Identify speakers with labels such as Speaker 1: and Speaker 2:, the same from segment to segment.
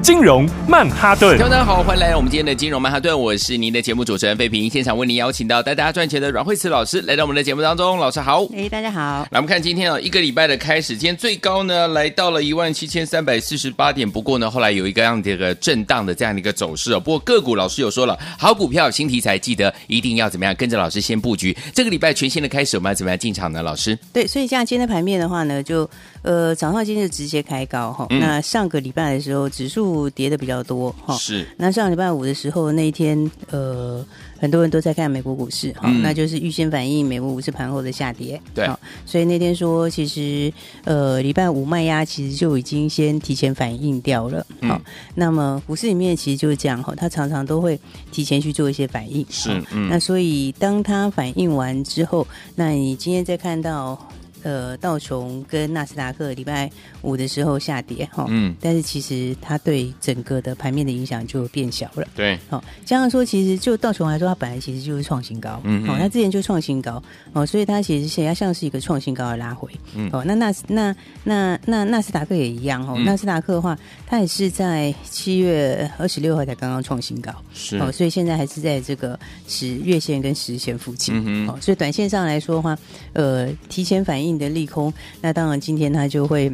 Speaker 1: 金融曼哈顿
Speaker 2: 听。众大家好，欢迎来到我们今天的金融曼哈顿，我是您的节目主持人费平，现场为您邀请到带大家赚钱的阮慧慈老师来到我们的节目当中，老师好。
Speaker 3: 哎、大家好。
Speaker 2: 来，我们看今天哦，一个礼拜的开始，今天最高呢来到了一万七千三百四十八点。不过呢，后来有一个样的一个震荡的这样的一个走势哦。不过个股老师有说了，好股票新题材，记得一定要怎么样跟着老师先布局。这个礼拜全新的开始，我们要怎么样进场呢？老师，
Speaker 3: 对，所以像今天的盘面的话呢，就呃早上今天就直接开高哈、
Speaker 2: 嗯
Speaker 3: 那上个礼拜的时候，指数跌的比较多哈。
Speaker 2: 是
Speaker 3: 那上个礼拜五的时候，那一天呃，很多人都在看美国股市哈、
Speaker 2: 嗯
Speaker 3: 那就是预先反映美国股市盘后的下跌。
Speaker 2: 对
Speaker 3: 好所以那天说，其实呃，礼拜五卖压其实就已经先提前反映掉了。好、
Speaker 2: 嗯
Speaker 3: 那么股市里面其实就是这样哈，它常常都会提前去做一些反应。
Speaker 2: 是，
Speaker 3: 那
Speaker 2: 嗯，
Speaker 3: 所以当它反应完之后，那你今天再看到呃道琼跟纳斯达克礼拜五的时候下跌哈，
Speaker 2: 嗯
Speaker 3: 但是其实它对整个的盘面的影响就变小了。
Speaker 2: 对，
Speaker 3: 好、这样说，其实就道琼来说，它本来其实就是创新高，
Speaker 2: 嗯嗯
Speaker 3: 好、它之前就创新高，哦，所以它其实现在像是一个创新高的拉回，
Speaker 2: 嗯
Speaker 3: 哦，那纳斯那那那纳斯达克也一样哦，
Speaker 2: 嗯
Speaker 3: 纳斯达克的话，它也是在七月二十六号才刚刚创新高，
Speaker 2: 是，
Speaker 3: 哦，所以现在还是在这个十月线跟十线附近。
Speaker 2: 嗯哼
Speaker 3: 哦，所以短线上来说的话，呃，提前反应的利空，那当然今天它就会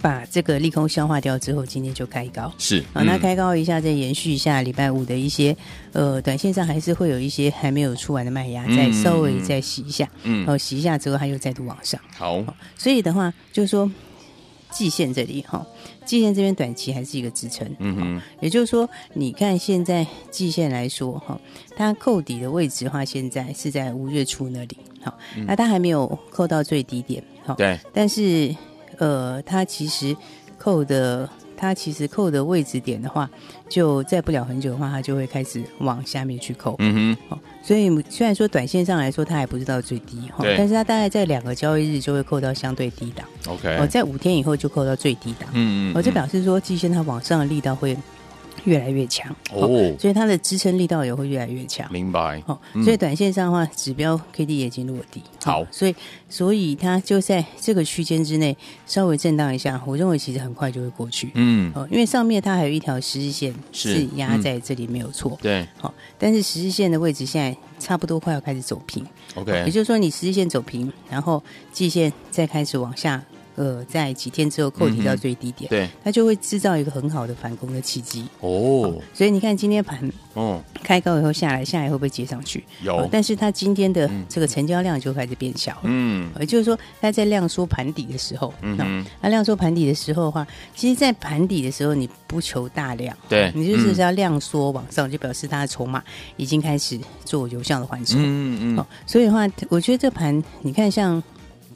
Speaker 3: 把这个利空消化掉之后，今天就开高。
Speaker 2: 是，
Speaker 3: 啊，那开高一下，再延续一下礼拜五的一些，呃，短线上还是会有一些还没有出完的卖压，再稍微再洗一下，
Speaker 2: 嗯
Speaker 3: 然后洗一下之后，它又再度往上。
Speaker 2: 好，
Speaker 3: 所以的话，就是说季线这里哈、哦，季线这边短期还是一个支撑，
Speaker 2: 嗯
Speaker 3: 哦
Speaker 2: 哼，
Speaker 3: 也就是说，你看现在季线来说，哈，它扣底的位置的话，现在是在五月初那里，好，那它还没有扣到最低点，好，
Speaker 2: 嗯对，
Speaker 3: 但是呃，它其实扣的，它其实扣的位置点的话，就在不了很久的话，它就会开始往下面去扣，
Speaker 2: 嗯
Speaker 3: 哦，所以虽然说短线上来说它还不是到最低哈
Speaker 2: 对，
Speaker 3: 但是它大概在两个交易日就会扣到相对低档，
Speaker 2: 哼
Speaker 3: 哦，
Speaker 2: ，OK，
Speaker 3: 在五天以后就扣到最低档，
Speaker 2: 嗯
Speaker 3: 哦，这表示说季线它往上的力道会越来越强哦，
Speaker 2: 哦，
Speaker 3: 所以它的支撑力道也会越来越强。
Speaker 2: 明白，
Speaker 3: 哦，
Speaker 2: 嗯
Speaker 3: 所以短线上的话，指标 K D 也已经落地。哦
Speaker 2: 好
Speaker 3: 所以所以它就在这个区间之内稍微震荡一下，我认为其实很快就会过去。
Speaker 2: 嗯，
Speaker 3: 哦，因为上面它还有一条十日线
Speaker 2: 是
Speaker 3: 是压
Speaker 2: 嗯
Speaker 3: 在这里没有错。
Speaker 2: 对
Speaker 3: 好、但是十日线的位置现在差不多快要开始走平，也
Speaker 2: ，OK，
Speaker 3: 就是说你十日线走平，然后季线再开始往下，呃，在几天之后扣
Speaker 2: 嗯
Speaker 3: 底
Speaker 2: 哼
Speaker 3: 到最低点，
Speaker 2: 对，
Speaker 3: 它就会制造一个很好的反攻的契机。
Speaker 2: 哦，
Speaker 3: 所以你看今天盘
Speaker 2: 哦，
Speaker 3: 开高以后下来，下来会不会接上去？
Speaker 2: 有
Speaker 3: 哦，但是它今天的这个成交量就开始变小了。
Speaker 2: 嗯，
Speaker 3: 也就是说，它在量缩盘底的时候，
Speaker 2: 嗯
Speaker 3: 那、
Speaker 2: 哼
Speaker 3: 它量缩盘底的时候的话，其实，在盘底的时候，你不求大量，
Speaker 2: 对
Speaker 3: 你就是
Speaker 2: 嗯
Speaker 3: 要量缩往上，就表示它的筹码已经开始做有效的缓冲。
Speaker 2: 嗯嗯
Speaker 3: 哦，所以的话，我觉得这盘你看，像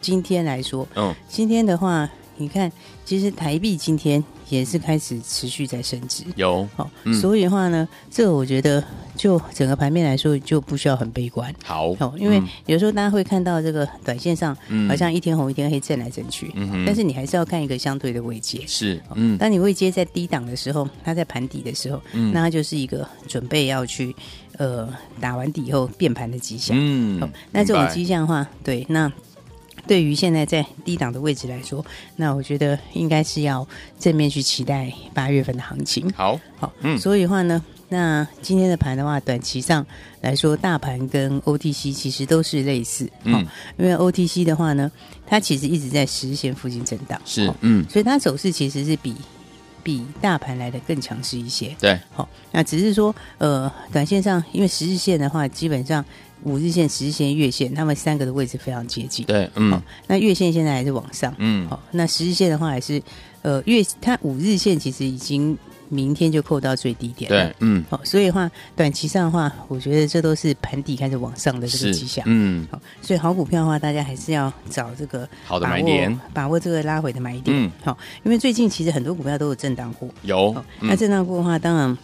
Speaker 3: 今天来说，
Speaker 2: 嗯，
Speaker 3: 今天的话，你看，其实台币今天也是开始持续在升值。
Speaker 2: 有，
Speaker 3: 哦，
Speaker 2: 嗯
Speaker 3: 所以的话呢，这个我觉得就整个盘面来说就不需要很悲观。
Speaker 2: 好，
Speaker 3: 哦，因为
Speaker 2: 嗯
Speaker 3: 有时候大家会看到这个短线上
Speaker 2: 嗯
Speaker 3: 好像一天红一天黑，震来震去，
Speaker 2: 嗯哼
Speaker 3: 但是你还是要看一个相对的位阶。
Speaker 2: 是，嗯，
Speaker 3: 当你位阶在低档的时候，它在盘底的时候，
Speaker 2: 嗯
Speaker 3: 那它就是一个准备要去呃打完底以后变盘的迹象。
Speaker 2: 嗯
Speaker 3: 哦，那这种
Speaker 2: 明白
Speaker 3: 迹象的话，对，那对于现在在低档的位置来说，那我觉得应该是要正面去期待八月份的行情。
Speaker 2: 好，
Speaker 3: 好，
Speaker 2: 嗯
Speaker 3: 所以的话呢，那今天的盘的话，短期上来说，大盘跟 OTC 其实都是类似，
Speaker 2: 嗯
Speaker 3: 哦，因为 OTC 的话呢，它其实一直在十日线附近震荡，
Speaker 2: 是
Speaker 3: 哦，
Speaker 2: 嗯，
Speaker 3: 所以它走势其实是比比大盘来的更强势一些，
Speaker 2: 对，
Speaker 3: 好、那只是说，呃，短线上因为十日线的话，基本上五日线、十日线、月线，它们三个的位置非常接近，
Speaker 2: 对，嗯
Speaker 3: 那月线现在还是往上，
Speaker 2: 嗯
Speaker 3: 好、，那十日线的话还是，呃，月它五日线其实已经明天就扣到最低点了。
Speaker 2: 对，嗯，
Speaker 3: 好、所以的话，短期上的话，我觉得这都是盘底开始往上的这
Speaker 2: 是
Speaker 3: 个迹象。
Speaker 2: 嗯，
Speaker 3: 好、所以好股票的话，大家还是要找这个
Speaker 2: 好的
Speaker 3: 把
Speaker 2: 买
Speaker 3: 握
Speaker 2: 点
Speaker 3: 把握这个拉回的买点。
Speaker 2: 嗯
Speaker 3: 好、因为最近其实很多股票都有震荡过。
Speaker 2: 有
Speaker 3: 好，
Speaker 2: 嗯
Speaker 3: 那震荡过的话，当然。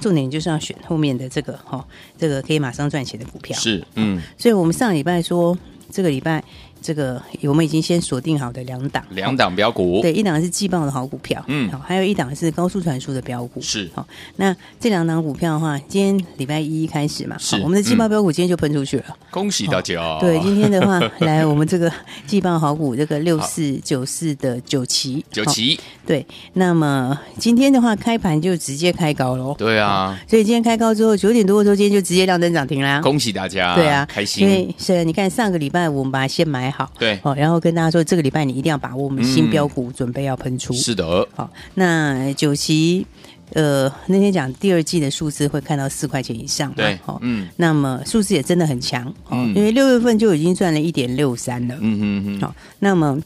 Speaker 3: 重点就是要选后面的这个哈、哦，这个可以马上赚钱的股票。
Speaker 2: 是，嗯，
Speaker 3: 所以我们上礼拜说，这个礼拜这个我们已经先锁定好的两档，
Speaker 2: 两档标股，
Speaker 3: 对，一档是季报的好股票，
Speaker 2: 嗯
Speaker 3: 好，还有一档是高速传输的标股，
Speaker 2: 是
Speaker 3: 好。那这两档股票的话，今天礼拜一开始嘛，
Speaker 2: 是嗯
Speaker 3: 好我们的季报标股今天就喷出去了。
Speaker 2: 恭喜大家。
Speaker 3: 对，今天 的话，来我们这个季报好股这个六四九四的九旗，
Speaker 2: 九
Speaker 3: 好
Speaker 2: 旗，
Speaker 3: 对。那么今天的话，开盘就直接开高喽，
Speaker 2: 对啊，
Speaker 3: 所以今天开高之后，九点多的时候，今天就直接亮灯涨停啦。
Speaker 2: 恭喜大家，
Speaker 3: 对啊，
Speaker 2: 开
Speaker 3: 因
Speaker 2: 心，
Speaker 3: 为是你看上个礼拜我们把它先买好，
Speaker 2: 对
Speaker 3: 哦，然后跟大家说这个礼拜你一定要把握我们新标股准备要喷出。
Speaker 2: 是的，
Speaker 3: 好、那九旗，呃，那天讲第二季的数字会看到四块钱以上嘛，
Speaker 2: 对
Speaker 3: 哦，，
Speaker 2: 嗯
Speaker 3: 那么数字也真的很强，哦，
Speaker 2: 嗯
Speaker 3: 因为六月份就已经赚了一点六三了，
Speaker 2: 嗯嗯嗯，
Speaker 3: 好、那么。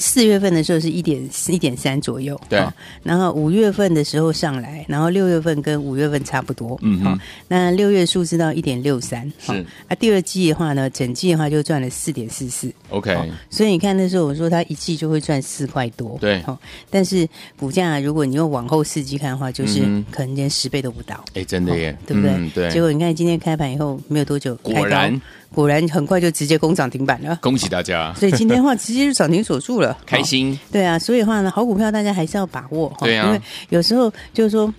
Speaker 3: 四月份的时候是一点一点三左右，
Speaker 2: 对
Speaker 3: 哦然后五月份的时候上来，然后六月份跟五月份差不多，
Speaker 2: 嗯哼
Speaker 3: 哦那六月数字到一点六三，
Speaker 2: 是
Speaker 3: 哦啊，第二季的话呢，整季的话就赚了四点四四，
Speaker 2: ，OK，
Speaker 3: 哦所以你看那时候我说它一季就会赚四块多，
Speaker 2: 对
Speaker 3: 哦，但是股价如果你用往后四季看的话，就是
Speaker 2: 嗯
Speaker 3: 可能连十倍都不到，
Speaker 2: 哎，真的耶，
Speaker 3: 哦对不对？
Speaker 2: 嗯对，
Speaker 3: 结果你看今天开盘以后没有多久，
Speaker 2: 果
Speaker 3: 开高
Speaker 2: 然，
Speaker 3: 果然很快就直接攻涨停板 了。
Speaker 2: 恭喜大家，
Speaker 3: 所以今天的话，直接就涨停锁住了，
Speaker 2: 开
Speaker 3: 哦
Speaker 2: 心，
Speaker 3: 对啊，所以的话呢，好股票大家还是要把握哈，
Speaker 2: 对啊
Speaker 3: 因为有时候就是说。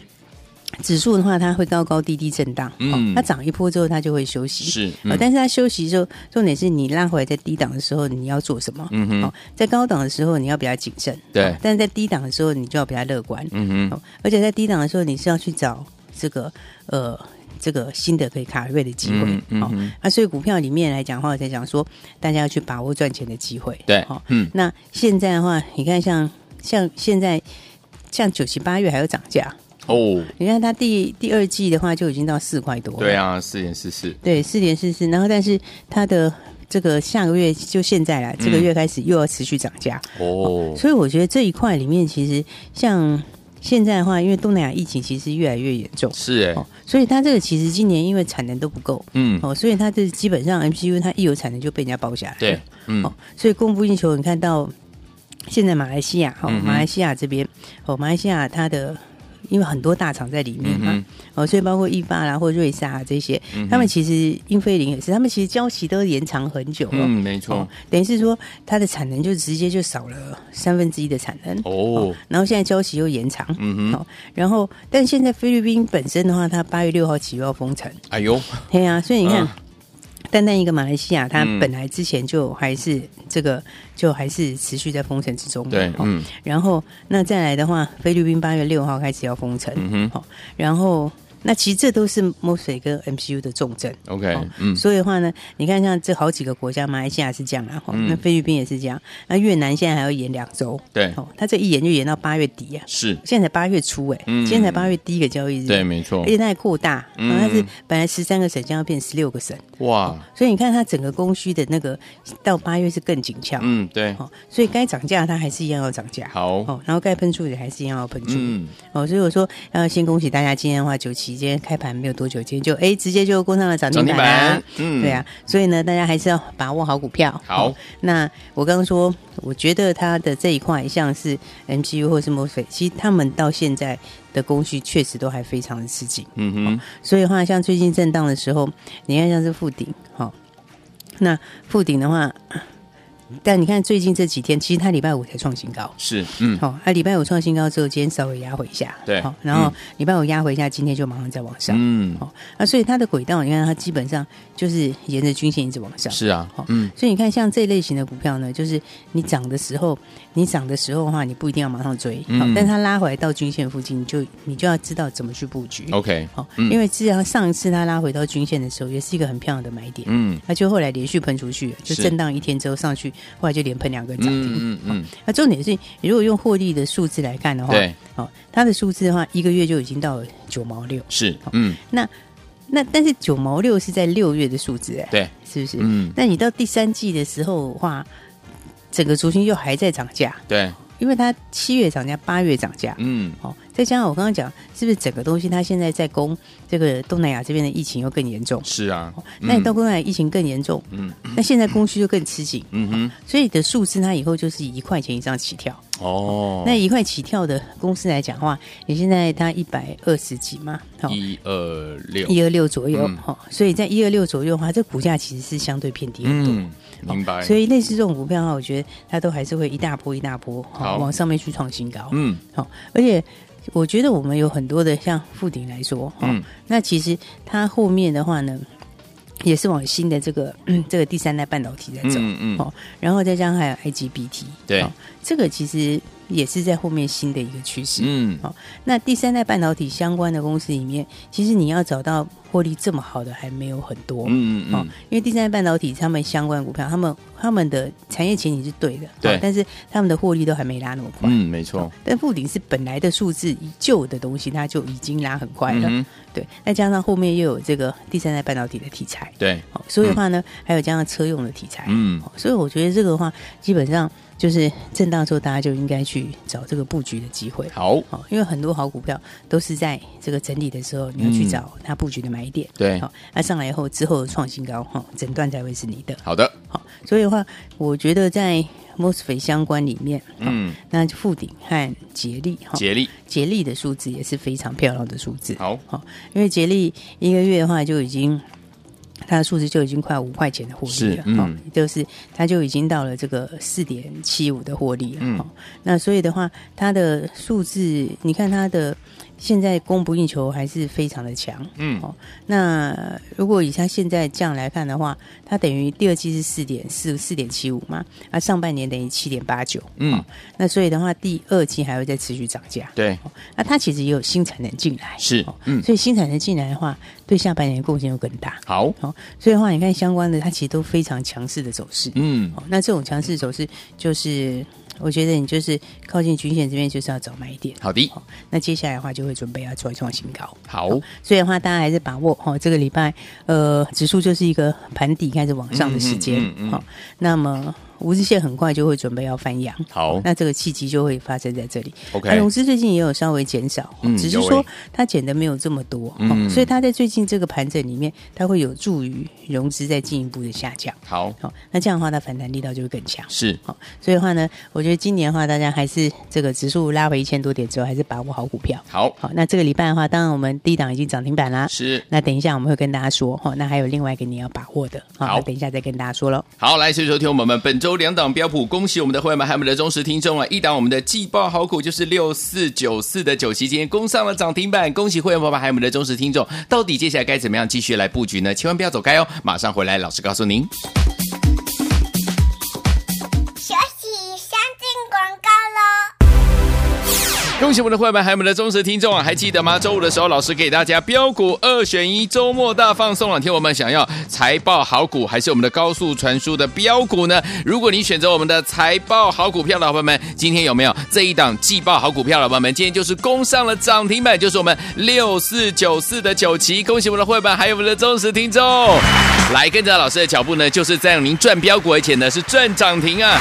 Speaker 3: 指数的话，它会高高低低震荡，
Speaker 2: 嗯
Speaker 3: 哦它涨一波之后，它就会休息，
Speaker 2: 是
Speaker 3: 呃
Speaker 2: 嗯
Speaker 3: 但是它休息之后，重点是你拉回来在低档的时候，你要做什么？
Speaker 2: 嗯哼
Speaker 3: 哦，在高档的时候你要比较谨慎，
Speaker 2: 对
Speaker 3: 哦但是在低档的时候你就要比较乐观，
Speaker 2: 嗯哼，
Speaker 3: 哦，而且在低档的时候你是要去找这个呃这个新的可以卡位的机会，
Speaker 2: 嗯嗯
Speaker 3: 哦
Speaker 2: 哼，
Speaker 3: 啊，所以股票里面来讲的话，我才讲说大家要去把握赚钱的机会，
Speaker 2: 对
Speaker 3: 哦，
Speaker 2: 嗯，
Speaker 3: 那现在的话，你看像像现在像九七八月还有涨价，
Speaker 2: 哦，
Speaker 3: 你看它第第二季的话就已经到四块多了，
Speaker 2: 对，啊，四点四四，
Speaker 3: 对，四点四四，然后但是它的这个下个月就现在啦，
Speaker 2: 嗯
Speaker 3: 这个月开始又要持续涨价，
Speaker 2: 哦，
Speaker 3: 所以我觉得这一块里面其实像现在的话，因为东南亚疫情其实越来越严重。
Speaker 2: 是哎
Speaker 3: 哦，，所以它这个其实今年因为产能都不够，
Speaker 2: 嗯，
Speaker 3: 哦，所以它这基本上 MCU 它一有产能就被人家包下来，
Speaker 2: 对，嗯
Speaker 3: 哦，所以供不应求，你看到现在马来西亚哈、哦
Speaker 2: 嗯哼
Speaker 3: 马来西亚这边哦，马来西亚它的因为很多大厂在里面嘛，
Speaker 2: 嗯
Speaker 3: 哦，所以包括易发啦或瑞萨、啊、这些，他们其实英菲林也是，他们其实交期都延长很久了。
Speaker 2: 嗯，没
Speaker 3: 哦
Speaker 2: 错，，
Speaker 3: 等于是说它的产能就直接就少了三分之一的产能
Speaker 2: 哦，
Speaker 3: 然后现在交期又延长，
Speaker 2: 嗯哼，
Speaker 3: 哦，然后但现在菲律宾本身的话，它八月六号起又要封城，
Speaker 2: 哎呦，
Speaker 3: 对啊，所以你看，
Speaker 2: 嗯
Speaker 3: 单单一个马来西亚，它
Speaker 2: 嗯
Speaker 3: 本来之前就还是这个，就还是持续在封城之中嘛。
Speaker 2: 对，
Speaker 3: 哦
Speaker 2: 嗯
Speaker 3: 然后那再来的话，菲律宾八月六号开始要封城，
Speaker 2: 嗯哼
Speaker 3: 哦，然后那其实这都是 Mosfet 跟 MCU 的重症。
Speaker 2: ，OK，
Speaker 3: 哦
Speaker 2: 嗯，
Speaker 3: 所以的话呢，你看像这好几个国家，马来西亚是这样啊，哦
Speaker 2: 嗯
Speaker 3: 那菲律宾也是这样，那越南现在还要延两周，
Speaker 2: 对，
Speaker 3: 哦，它这一延就延到八月底啊，
Speaker 2: 是，
Speaker 3: 现在才八月初哎、
Speaker 2: 嗯
Speaker 3: 今天才八月第一个交易日，
Speaker 2: 对，没错
Speaker 3: 而，且它还扩大，
Speaker 2: 嗯
Speaker 3: 然后它是本来十三个省，将要变十六个省，
Speaker 2: 哇，
Speaker 3: 所以你看它整个供需的那个到八月是更紧俏，
Speaker 2: 嗯，对，
Speaker 3: 哦，所以该涨价它还是一样要涨价，
Speaker 2: 好，
Speaker 3: 哦，然后该喷出的还是一样要喷出，
Speaker 2: 嗯，
Speaker 3: 哦，所以我说要先恭喜大家，今天的话九期今天开盘没有多久，今天就哎直接就攻上了涨
Speaker 2: 涨
Speaker 3: 停
Speaker 2: 停
Speaker 3: 板啊
Speaker 2: 板，，嗯，
Speaker 3: 对啊，，所以呢，大家还是要把握好股票。
Speaker 2: 好
Speaker 3: 哦那我刚刚说，我觉得它的这一块，像是 MCU 或是 MOSFET，其实他们到现在的供需确实都还非常的吃紧。
Speaker 2: 嗯哼，
Speaker 3: 所以的话，像最近震荡的时候，你看像是附顶，好、那附顶的话，但你看最近这几天，其实它礼拜五才创新高。
Speaker 2: 是，嗯，
Speaker 3: 好、它礼拜五创新高之后，今天稍微压回一下，
Speaker 2: 对
Speaker 3: 好、然后
Speaker 2: 嗯
Speaker 3: 礼拜五压回一下，今天就马上再往上，
Speaker 2: 嗯，
Speaker 3: 哦，啊，所以它的轨道，你看它基本上就是沿着均线一直往上。
Speaker 2: 是啊
Speaker 3: 好，
Speaker 2: 嗯，
Speaker 3: 所以你看，像这类型的股票呢，就是你涨的时候，你涨的时候的话，你不一定要马上追，好
Speaker 2: 嗯
Speaker 3: 但它拉回来到均线附近，你就你就要知道怎么去布局。
Speaker 2: ，OK，
Speaker 3: 好、
Speaker 2: 嗯
Speaker 3: 因为至少上一次它拉回到均线的时候，也是一个很漂亮的买点，
Speaker 2: 嗯，
Speaker 3: 那、就后来连续喷出去了，就是震荡一天之后上去，后来就连喷两根涨停。
Speaker 2: 嗯嗯嗯，
Speaker 3: 那重点是，如果用获利的数字来看的话，
Speaker 2: 对，
Speaker 3: 哦，它的数字的话，一个月就已经到了九毛六。
Speaker 2: 是，嗯，
Speaker 3: 那但是九毛六是在六月的数字、哎，
Speaker 2: 对，
Speaker 3: 是不是？
Speaker 2: 嗯，
Speaker 3: 那你到第三季的时候的话，整个族群又还在涨价，
Speaker 2: 对，
Speaker 3: 因为它七月涨价，八月涨价，
Speaker 2: 嗯，
Speaker 3: 哦，再加上我刚刚讲，是不是整个东西它现在在攻这个东南亚这边的疫情又更严重？
Speaker 2: 是啊，
Speaker 3: 那你到东南亚疫情更严重，嗯，那现在供需就更吃紧，
Speaker 2: 嗯哼，
Speaker 3: 所以你的数字它以后就是以一块钱以上起跳。
Speaker 2: 哦，
Speaker 3: 那一块起跳的公司来讲的话，你现在它一百二十几嘛，好、
Speaker 2: 一二六，
Speaker 3: 一二六左右
Speaker 2: 嗯，
Speaker 3: 哈、所以在一二六左右的话，这股价其实是相对偏低很多。
Speaker 2: 嗯，明白，
Speaker 3: 所
Speaker 2: 以，
Speaker 3: 以类似这种股票的话，我觉得它都还是会一大波一大波哈
Speaker 2: 好
Speaker 3: 往上面去创新高。
Speaker 2: 嗯，
Speaker 3: 好、而且我觉得我们有很多的像富鼎来说，哈、
Speaker 2: 嗯
Speaker 3: 那其实它后面的话呢，也是往新的这个、嗯这个第三代半导体在走，
Speaker 2: 嗯嗯
Speaker 3: 哦，然后再加上还有 IGBT，
Speaker 2: 对
Speaker 3: 哦这个其实也是在后面新的一个趋势。
Speaker 2: 嗯，
Speaker 3: 好、那第三代半导体相关的公司里面，其实你要找到获利这么好的还没有很多。
Speaker 2: 嗯嗯
Speaker 3: 哦
Speaker 2: 嗯，，
Speaker 3: 因为第三代半导体他们相关股票，他们他们的产业前景是对的，
Speaker 2: 对
Speaker 3: 哦但是他们的获利都还没拉那么快。
Speaker 2: 嗯，没错，
Speaker 3: 但富鼎是本来的数字旧的东西，它就已经拉很快了，
Speaker 2: 嗯哼，
Speaker 3: 对。再加上后面又有这个第三代半导体的题材，
Speaker 2: 对，
Speaker 3: 好、所以的话呢，还有加上车用的题材，
Speaker 2: 嗯
Speaker 3: 好、所以我觉得这个的话，基本上就是震荡之后，大家就应该去找这个布局的机会。
Speaker 2: 好，
Speaker 3: 好，因为很多好股票都是在这个整理的时候，你要去找它布局的买点。
Speaker 2: 对
Speaker 3: 好，那上来以后之后创新高哈，整段才会是你的。
Speaker 2: 好的，
Speaker 3: 好，所以的话，我觉得在 MOSFET 相关里面，嗯，
Speaker 2: 嗯，
Speaker 3: 那富鼎和捷力哈，
Speaker 2: 竭力，
Speaker 3: 捷力的数字也是非常漂亮的数字。
Speaker 2: 好，
Speaker 3: 好，因为捷力一个月的话就已经。它的数字就已经快五块钱的获利
Speaker 2: 是
Speaker 3: 了，
Speaker 2: 嗯
Speaker 3: 好就是它就已经到了这个四点七五的获利了、
Speaker 2: 嗯
Speaker 3: 好那所以的话，它的数字，你看它的现在供不应求还是非常的强。
Speaker 2: 嗯，
Speaker 3: 好那如果以它现在这样来看的话，它等于第二季是四点四四点七五嘛，啊，上半年等于七点八九，
Speaker 2: 嗯，
Speaker 3: 那所以的话，第二季还会再持续涨价。
Speaker 2: 对，
Speaker 3: 哦那它其实也有新产能进来，
Speaker 2: 是
Speaker 3: 哦，
Speaker 2: 嗯，
Speaker 3: 所以新产能进来的话，对下半年的贡献又更大。
Speaker 2: 好，
Speaker 3: 好、所以的话，你看相关的，它其实都非常强势的走势。
Speaker 2: 嗯，
Speaker 3: 好、那这种强势走势，就是我觉得你就是靠近均线这边，就是要找买点。
Speaker 2: 好的，
Speaker 3: 好、那接下来的话，就会准备要做创新高。
Speaker 2: 好，
Speaker 3: 所以的话，大家还是把握哦，这个礼拜呃，指数就是一个盘底开始往上的时间。好、
Speaker 2: 嗯嗯嗯嗯
Speaker 3: 那么五日线很快就会准备要翻阳。
Speaker 2: 好
Speaker 3: 那这个契机就会发生在这里。
Speaker 2: ，OK，
Speaker 3: 那融资最近也有稍微减少，
Speaker 2: 嗯
Speaker 3: 只是
Speaker 2: 有
Speaker 3: 说
Speaker 2: 欸
Speaker 3: 它减的没有这么多，
Speaker 2: 嗯
Speaker 3: 哦所以它在最近这个盘整里面，它会有助于融资再进一步的下降。
Speaker 2: 好，
Speaker 3: 好、那这样的话，它反弹力道就会更强。
Speaker 2: 是，
Speaker 3: 好、所以的话呢，我觉得今年的话，大家还是这个指数拉回一千多点之后，还是把握好股票。
Speaker 2: 好，
Speaker 3: 好、那这个礼拜的话，当然我们低档已经涨停板啦。
Speaker 2: 是，
Speaker 3: 那等一下我们会跟大家说，哦，那还有另外一个你要把握的，好
Speaker 2: 好
Speaker 3: 那等一下再跟大家说喽。
Speaker 2: 好，来，所以收听我们们本周两档标普，恭喜我们的会员们，还有我们的忠实听众啊！一档我们的季报好股就是六四九四的九七，今天攻上了涨停板，恭喜会员朋友们，还有我们的忠实听众。到底接下来该怎么样继续来布局呢？千万不要走开哦，马上回来，老师告诉您。
Speaker 4: 学习先进广告喽。
Speaker 2: 恭喜我们的会员们，还有我们的忠实听众啊！还记得吗？周五的时候，老师给大家标股二选一，周末大放送了。听我们想要财报好股，还是我们的高速传输的标股呢？如果你选择我们的财报好股票的伙伴们，今天有没有这一档季报好股票的伙伴们？今天就是攻上了涨停板，就是我们六四九四的九旗。恭喜我们的会员们，还有我们的忠实听众，来跟着老师的脚步呢，就是在让您赚标股，而且呢是赚涨停啊！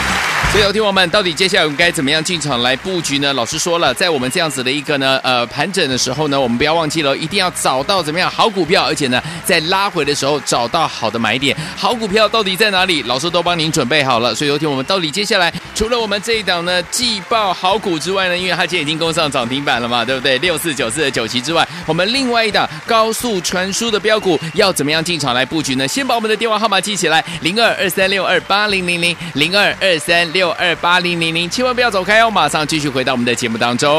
Speaker 2: 所以，有听友们，到底接下来我们该怎么样进场来布局呢？老师说了，在我们这样子的一个呢，呃，盘整的时候呢，我们不要忘记了，一定要找到怎么样好股票，而且呢，在拉回的时候找到好的买点。好股票到底在哪里？老师都帮您准备好了。所以，有听我们到底接下来除了我们这一档呢季报好股之外呢，因为它今天已经攻上涨停板了嘛，对不对？六四九四的九旗之外，我们另外一档高速传输的标股要怎么样进场来布局呢？先把我们的电话号码记起来，零二二三六二八零零零零二二三六二八零零零，千万不要走开哦，马上继续回到我们的节目当中。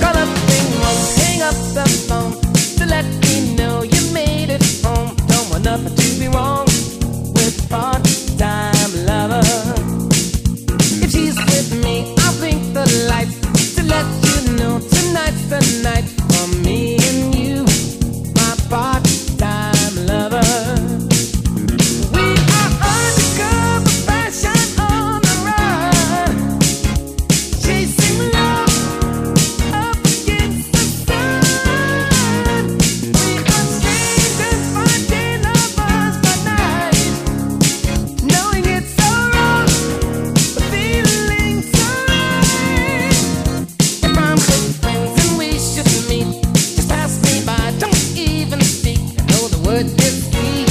Speaker 5: Call up Bing Bong, hang up the phone to let me know you made it home. Don't want nothing to be wrong with a part-time lover. If she's with me, I'll blink the lights to let you know tonight's the night for me and you, my part-time lover. We are undercover, fashion on the run, chasing love. Up against the sun, we are strangers by day, lovers by night. Knowing it's so wrong, but feeling so right. If I'm good friends and we should meet, just pass me by, don't even speak. I know the word is sweet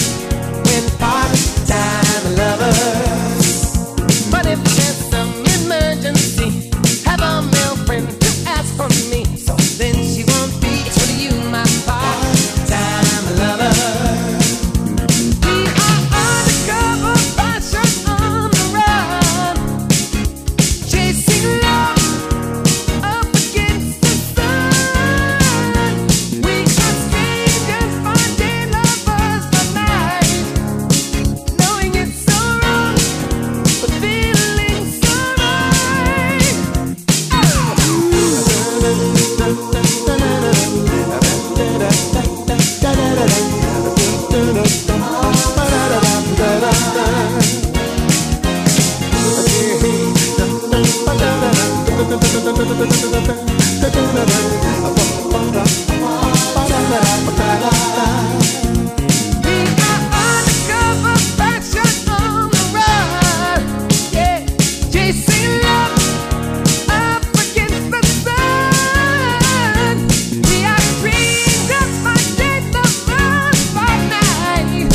Speaker 5: when part-time lovers. But if there's some emergency, have a male friend to ask for me. So then she won't be to you, my part-time lover. We are undercover, fashion on the run, chasing love up against the sun. We are strangers, finding lovers by night, knowing it's so wrong. But feeling so right. We are undercover, fashion on the run, yeah, chasing love up against the sun. We are strangers by day, lovers by night,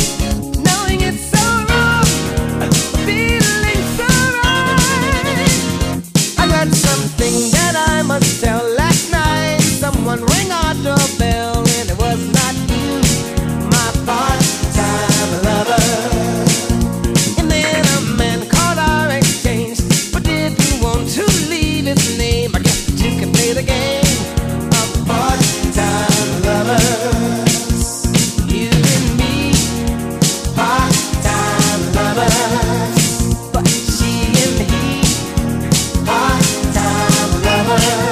Speaker 5: knowing it's so wrong, feeling so right. I got something that I must tell. Last night, someone rang our doorbell, and it was not you, my part-time lover. And then a man called our exchange, but didn't want to leave his name. I guess that you can play the game of part-time lovers. You and me, part-time lovers, but she and he. Part-time lovers.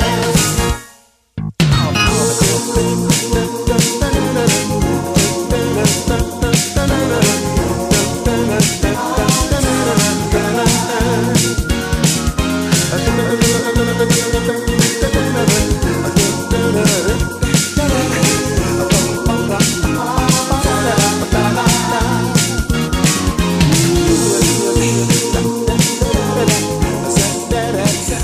Speaker 2: Yes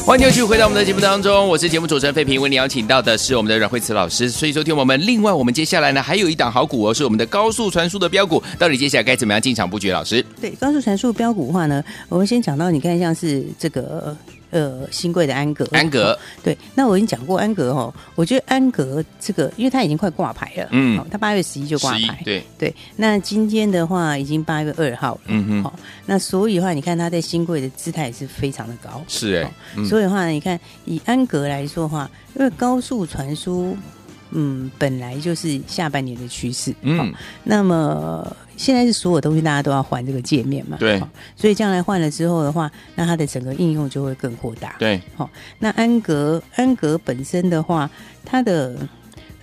Speaker 2: 欢迎继续回到我们的节目当中，我是节目主持人费平，为您邀请到的是我们的阮慧慈老师。所以，说，听众朋友们，另外我们接下来呢还有一档好股哦，是我们的高速传输的标股，到底接下来该怎么样进场布局？老师，
Speaker 3: 对，高速传输标股的话呢，我们先讲到，你看像是这个呃新贵的安格，哦
Speaker 2: 安格
Speaker 3: 对，那我已经讲过安格哦，我觉得安格这个，因为它已经快挂牌了，哦
Speaker 2: 嗯
Speaker 3: 好它八月十一就挂
Speaker 2: 11
Speaker 3: 牌，
Speaker 2: 对
Speaker 3: 那今天的话已经八月二号了，
Speaker 2: 嗯哼
Speaker 3: 好，那所以的话，你看它在新贵的姿态是非常的高，哦
Speaker 2: 是哎
Speaker 3: 好所以的话，你看以安格来说的话，因为高速传输嗯，本来就是下半年的趋势。哦
Speaker 2: 嗯，
Speaker 3: 那么现在是所有东西大家都要换这个界面嘛？
Speaker 2: 对
Speaker 3: 好所以将来换了之后的话，那它的整个应用就会更扩大。
Speaker 2: 对，
Speaker 3: 好、那安格安格本身的话，它的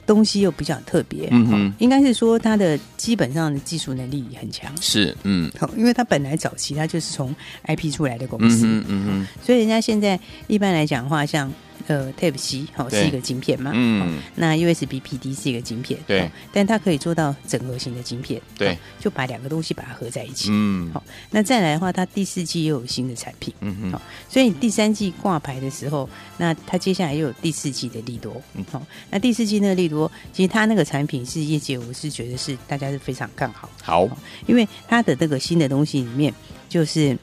Speaker 3: 东西又比较特别，哦
Speaker 2: 嗯哼
Speaker 3: 应该是说它的基本上的技术能力很强。
Speaker 2: 是，嗯，
Speaker 3: 好，因为它本来早期它就是从 IP 出来的公
Speaker 2: 嗯
Speaker 3: 司，
Speaker 2: 哼，嗯
Speaker 3: 所以人家现在一般来讲的话，像呃 Type C 好、
Speaker 2: 对
Speaker 3: 是一个晶片嘛，
Speaker 2: 哼，
Speaker 3: 好
Speaker 2: 嗯，
Speaker 3: 那 USB PD 是一个晶片，
Speaker 2: 对
Speaker 3: 哦但它可以做到整合型的晶片，
Speaker 2: 对
Speaker 3: 哦就把两个东西把它合在一起。
Speaker 2: 嗯，
Speaker 3: 好，那再来的话，它第四季又有新的产品，
Speaker 2: 嗯哼，
Speaker 3: 所以第三季挂牌的时候，那它接下来又有第四季的利多，
Speaker 2: 嗯
Speaker 3: 好、那第四季那个利多，其实它那个产品是业界我是觉得是大家是非常看好，
Speaker 2: 好，
Speaker 3: 因为它的那个新的东西里面就是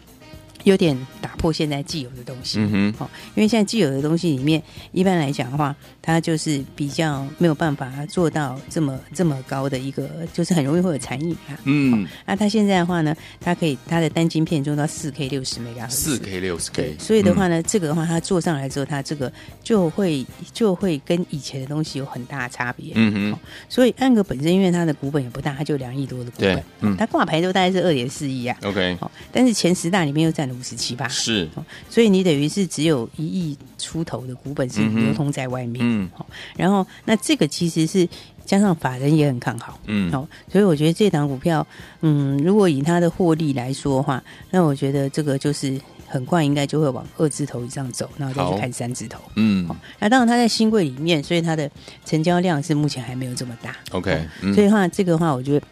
Speaker 3: 有点打破现在既有的东西，
Speaker 2: 嗯哼，
Speaker 3: 哦，因为现在既有的东西里面，一般来讲的话，它就是比较没有办法做到这么这么高的一个，就是很容易会有残影啊。
Speaker 2: 嗯，
Speaker 3: 那它现在的话呢，它可以它的单晶片做到四 K 六十 m 赫
Speaker 2: 四 K 嗯六十
Speaker 3: 对
Speaker 2: K，，
Speaker 3: 所以的话呢，这个的话它做上来之后，它这个就会就会跟以前的东西有很大的差别。
Speaker 2: 嗯，嗯哼，
Speaker 3: 所以安格本身因为它的股本也不大，它就两亿多的股
Speaker 2: 对
Speaker 3: 本，
Speaker 2: 嗯
Speaker 3: 它挂牌都大概是二点四亿啊。
Speaker 2: ，OK，
Speaker 3: 哦，但是前十大里面又占了五十七吧，
Speaker 2: 是，
Speaker 3: 所以你等于是只有一亿出头的股本是
Speaker 2: 嗯哼
Speaker 3: 流通在外面，
Speaker 2: 嗯
Speaker 3: 然后那这个其实是加上法人也很看好，
Speaker 2: 嗯，
Speaker 3: 好、所以我觉得这档股票，嗯，如果以它的获利来说的话，那我觉得这个就是很快应该就会往二字头以上走，然后再
Speaker 2: 好
Speaker 3: 去看三字头。
Speaker 2: 嗯
Speaker 3: 那当然它在新贵里面，所以它的成交量是目前还没有这么大，
Speaker 2: ，OK，
Speaker 3: 所
Speaker 2: 嗯，
Speaker 3: 以的话这个的话，我觉得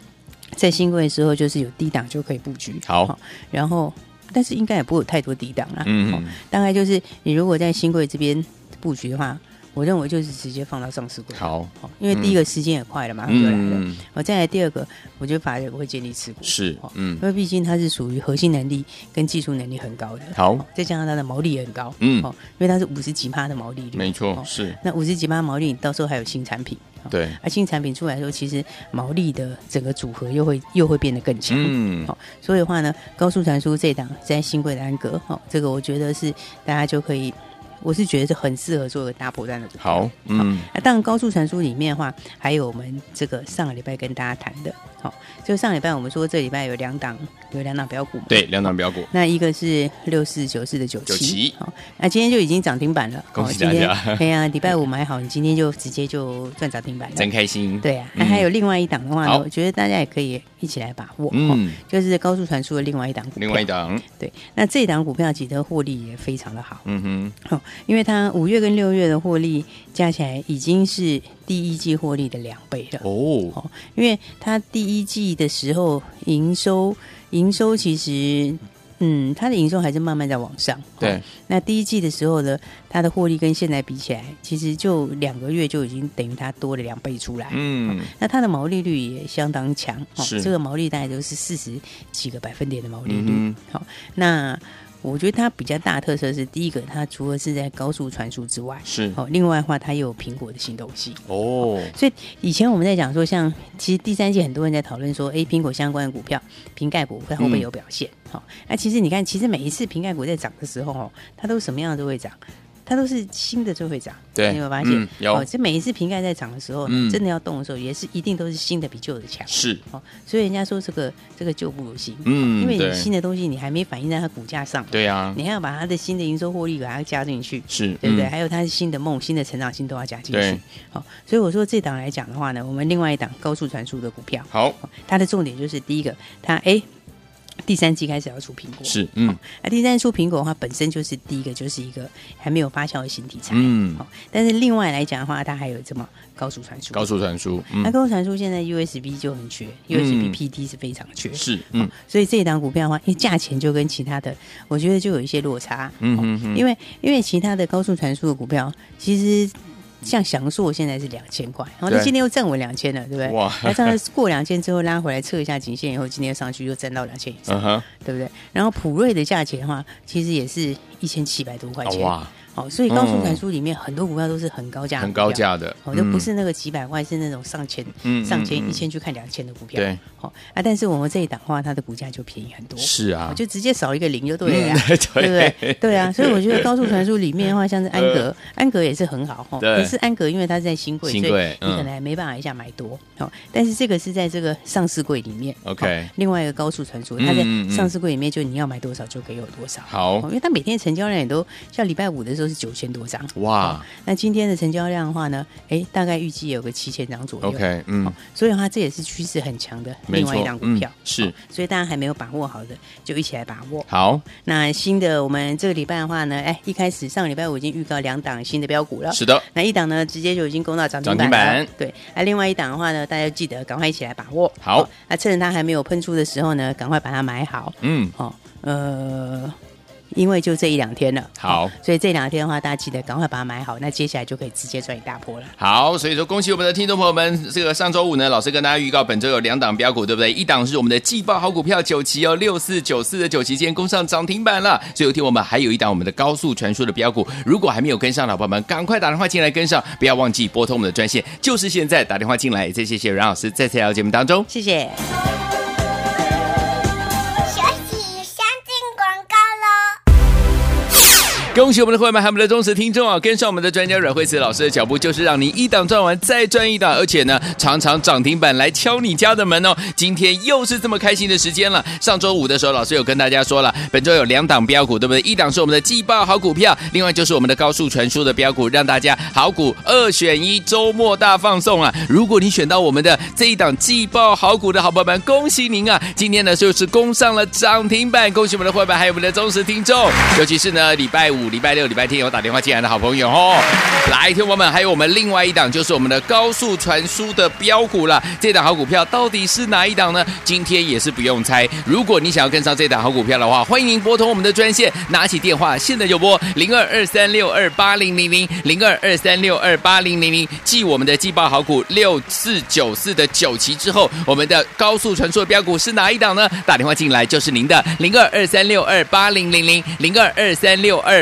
Speaker 3: 在新贵的时候就是有低档就可以布局，
Speaker 2: 好
Speaker 3: 然后但是应该也不会有太多低档啦，好
Speaker 2: 嗯，
Speaker 3: 大概就是你如果在新贵这边布局的话，我认为就是直接放到上市柜，
Speaker 2: 好，
Speaker 3: 好，因为第一个时间也快了，马上就来了。
Speaker 2: 嗯，
Speaker 3: 我哦再来第二个，我觉得法人会建立持股，
Speaker 2: 是
Speaker 3: 好，
Speaker 2: 嗯
Speaker 3: 因，为毕竟它是属于核心能力跟技术能力很高的，哦
Speaker 2: 好，
Speaker 3: 再加上它的毛利也很高，
Speaker 2: 嗯
Speaker 3: 好，因为它是五十几趴的毛利率，
Speaker 2: 没错，
Speaker 3: 好
Speaker 2: 是，
Speaker 3: 那五十几趴毛利，你到时候还有新产品，好，
Speaker 2: 对，
Speaker 3: 而新产品出来的时候，其实毛利的整个组合又会又会变得更强，
Speaker 2: 嗯，
Speaker 3: 好、所以的话呢，高速传输这档在新贵的安格，好、这个我觉得是大家就可以，我是觉得是很适合做个大波段的股票。
Speaker 2: 好，嗯，
Speaker 3: 那当然，高速传输里面的话，还有我们这个上个礼拜跟大家谈的，好、就上礼拜我们说这礼拜有两档有两档标股嘛，
Speaker 2: 对，两档标股，
Speaker 3: 那一个是六四九四的九七
Speaker 2: 97，
Speaker 3: 好，那今天就已经涨停板了，
Speaker 2: 恭喜
Speaker 3: 哦今天
Speaker 2: 大家
Speaker 3: 哎呀，礼拜五买好，你今天就直接就赚涨停板了
Speaker 2: 真，开心，
Speaker 3: 对啊，
Speaker 2: 嗯
Speaker 3: 那还有另外一档的话呢，
Speaker 2: 好
Speaker 3: 我觉得大家也可以一起来把握，嗯。
Speaker 2: 嗯，
Speaker 3: 就是高速传输的另外一档股票。
Speaker 2: 另外一档，
Speaker 3: 对，那这档股票其实获利也非常的好，
Speaker 2: 嗯
Speaker 3: 哦，因为它五月跟六月的获利加起来已经是第一季获利的两倍了
Speaker 2: 哼，。哦，
Speaker 3: 哦，因为它第一季的时候营收营收其实。嗯，它的营收还是慢慢在往上。
Speaker 2: 对
Speaker 3: 哦，那第一季的时候呢，它的获利跟现在比起来，其实就两个月就已经等于它多了两倍出来。
Speaker 2: 嗯，
Speaker 3: 那它的毛利率也相当强，哦
Speaker 2: 是
Speaker 3: 这个毛利大概就是四十几个百分点的毛利率
Speaker 2: 嗯。
Speaker 3: 好、那我觉得它比较大的特色是，第一个，它除了是在高速传输之外，
Speaker 2: 是，
Speaker 3: 好、哦另外的话，它也有苹果的新东西。
Speaker 2: 哦，
Speaker 3: 所以以前我们在讲说像，其实第三季很多人在讨论说，诶，苹果相关的股票，瓶盖股它会不会有表现？好、那其实你看，其实每一次瓶盖股在涨的时候，哦，它都什么样的都会涨，它都是新的就会涨。
Speaker 2: 对
Speaker 3: 你有没有发现？
Speaker 2: 嗯有
Speaker 3: 哦，这每一次瓶盖在涨的时候，
Speaker 2: 嗯
Speaker 3: 真的要动的时候，也是一定都是新的比旧的强。
Speaker 2: 是，
Speaker 3: 哦，所以人家说这个这个旧不如新，
Speaker 2: 嗯，
Speaker 3: 因为你
Speaker 2: 对，
Speaker 3: 新的东西你还没反映在它股价上，
Speaker 2: 对呀，
Speaker 3: 你还要把它的新的营收获利把它加进去。
Speaker 2: 是，
Speaker 3: 对不对？
Speaker 2: 嗯？
Speaker 3: 还有它是新的梦、新的成长性都要加进
Speaker 2: 对
Speaker 3: 去。好、所以我说这档来讲的话呢，我们另外一档高速传输的股票，
Speaker 2: 好，
Speaker 3: 它的重点就是第一个，它哎第三季开始要出苹果，
Speaker 2: 是，嗯
Speaker 3: 那第三季出苹果的话，本身就是第一个就是一个还没有发酵的新题材。
Speaker 2: 嗯
Speaker 3: 好、，但是另外来讲的话，它还有这么高速传输。
Speaker 2: 高速传输，
Speaker 3: 那
Speaker 2: 嗯，
Speaker 3: 高速传输现在 USB 就很缺、
Speaker 2: 嗯
Speaker 3: u s b PD 是非常缺，
Speaker 2: 是，嗯，
Speaker 3: 所以这一档股票的话，因为价钱就跟其他的，我觉得就有一些落差。
Speaker 2: 嗯
Speaker 3: 哦
Speaker 2: 哼哼
Speaker 3: 因为因为其他的高速传输的股票，其实像翔硕现在是两千块，然后
Speaker 2: 对
Speaker 3: 它今天又站稳两千了，对不对？
Speaker 2: 哇
Speaker 3: 那这样过两千之后拉回来测一下颈线以后，今天上去又站到两千以上，
Speaker 2: 嗯哼，
Speaker 3: 对不对？然后普瑞的价钱的话，其实也是一千七百多块钱。
Speaker 2: 哇，
Speaker 3: 哦，所以高速
Speaker 2: 嗯
Speaker 3: 传输里面很多股票都是很高价的
Speaker 2: 很
Speaker 3: 股票，
Speaker 2: 高价的，
Speaker 3: 哦，就不
Speaker 2: 嗯
Speaker 3: 是那个几百块，是那种上千、
Speaker 2: 嗯
Speaker 3: 上千、
Speaker 2: 嗯嗯
Speaker 3: 一千去看两千的股票。
Speaker 2: 对，
Speaker 3: 好、啊，但是我们这一档的话，它的股价就便宜很多，
Speaker 2: 是啊
Speaker 3: 哦，就直接少一个零就对了呀、
Speaker 2: 嗯对
Speaker 3: 对不对？对啊，所以我觉得高速传输里面的话，像是安 格，安格也是很好哈。哦
Speaker 2: 对
Speaker 3: 可是安格因为它是在新贵，
Speaker 2: 新
Speaker 3: 所以
Speaker 2: 贵
Speaker 3: 你可
Speaker 2: 嗯
Speaker 3: 能还没办法一下买多。哦，但是这个是在这个上市柜里面
Speaker 2: OK
Speaker 3: 哦另外一个高速传输，
Speaker 2: 嗯
Speaker 3: 它在
Speaker 2: 嗯嗯
Speaker 3: 上市柜里面就你要买多少就可以有多少。
Speaker 2: 好
Speaker 3: 哦因为它每天成交量也都像礼拜五的时候是九千多张，
Speaker 2: 哇
Speaker 3: 那今天的成交量的话呢，哎，大概预计有个七千张左右。
Speaker 2: ，OK，嗯
Speaker 3: 好，所以它这也是趋势很强的
Speaker 2: 没
Speaker 3: 另
Speaker 2: 错
Speaker 3: 外一档股票
Speaker 2: 嗯，是
Speaker 3: 好所以大家还没有把握好的，就一起来把握。
Speaker 2: 好，
Speaker 3: 那新的我们这个礼拜的话呢，哎，一开始上个礼拜我已经预告两档新的标股了，
Speaker 2: 是的，
Speaker 3: 那一档呢直接就已经攻到涨停
Speaker 2: 涨
Speaker 3: 板
Speaker 2: 停
Speaker 3: 了，
Speaker 2: 板
Speaker 3: 对，那另外一档的话呢，大家记得赶快一起来把握。
Speaker 2: 好
Speaker 3: 哦那趁着它还没有喷出的时候呢，赶快把它买好。
Speaker 2: 嗯，
Speaker 3: 哦，呃，因为就这一两天了，
Speaker 2: 好
Speaker 3: 哦所以这两天的话，大家记得赶快把它买好，那接下来就可以直接赚一大波了。
Speaker 2: 好，所以说恭喜我们的听众朋友们，这个上周五呢，老师跟大家预告本周有两档标股，对不对？一档是我们的季报好股票九期哦，六四九四的九期今天攻上涨停板了。所以有天我们还有一档我们的高速传输的标股，如果还没有跟上的伙伴们，赶快打电话进来跟上，不要忘记拨通我们的专线，就是现在打电话进来。也再谢谢阮老师再次来到节目当中。
Speaker 3: 谢谢。
Speaker 4: 学习相进广告喽。
Speaker 2: 恭喜我们的会员们，还有我们的忠实听众啊！跟上我们的专家阮慧慈老师的脚步，就是让你一档赚完再赚一档，而且呢，常常涨停板来敲你家的门哦。今天又是这么开心的时间了。上周五的时候，老师有跟大家说了，本周有两档标股，对不对？一档是我们的季报好股票，另外就是我们的高速传输的标股，让大家好股二选一，周末大放送啊！如果你选到我们的这一档季报好股的好朋友们，恭喜您啊！今天呢就是攻上了涨停板，恭喜我们的会员，还有我们的忠实听众，尤其是呢礼拜五、礼拜六、礼拜天有打电话进来的好朋友哦。来，听众朋友们，还有我们另外一档就是我们的高速传输的标股了，这档好股票到底是哪一档呢？今天也是不用猜，如果你想要跟上这档好股票的话，欢迎您拨通我们的专线，拿起电话现在就拨零二二三六二八零零零零二二三六二八零零零，继我们的季报好股六四九四的九期之后，我们的高速传输的标股是哪一档呢？打电话进来就是您的零二二三六二八零零零零二二三六二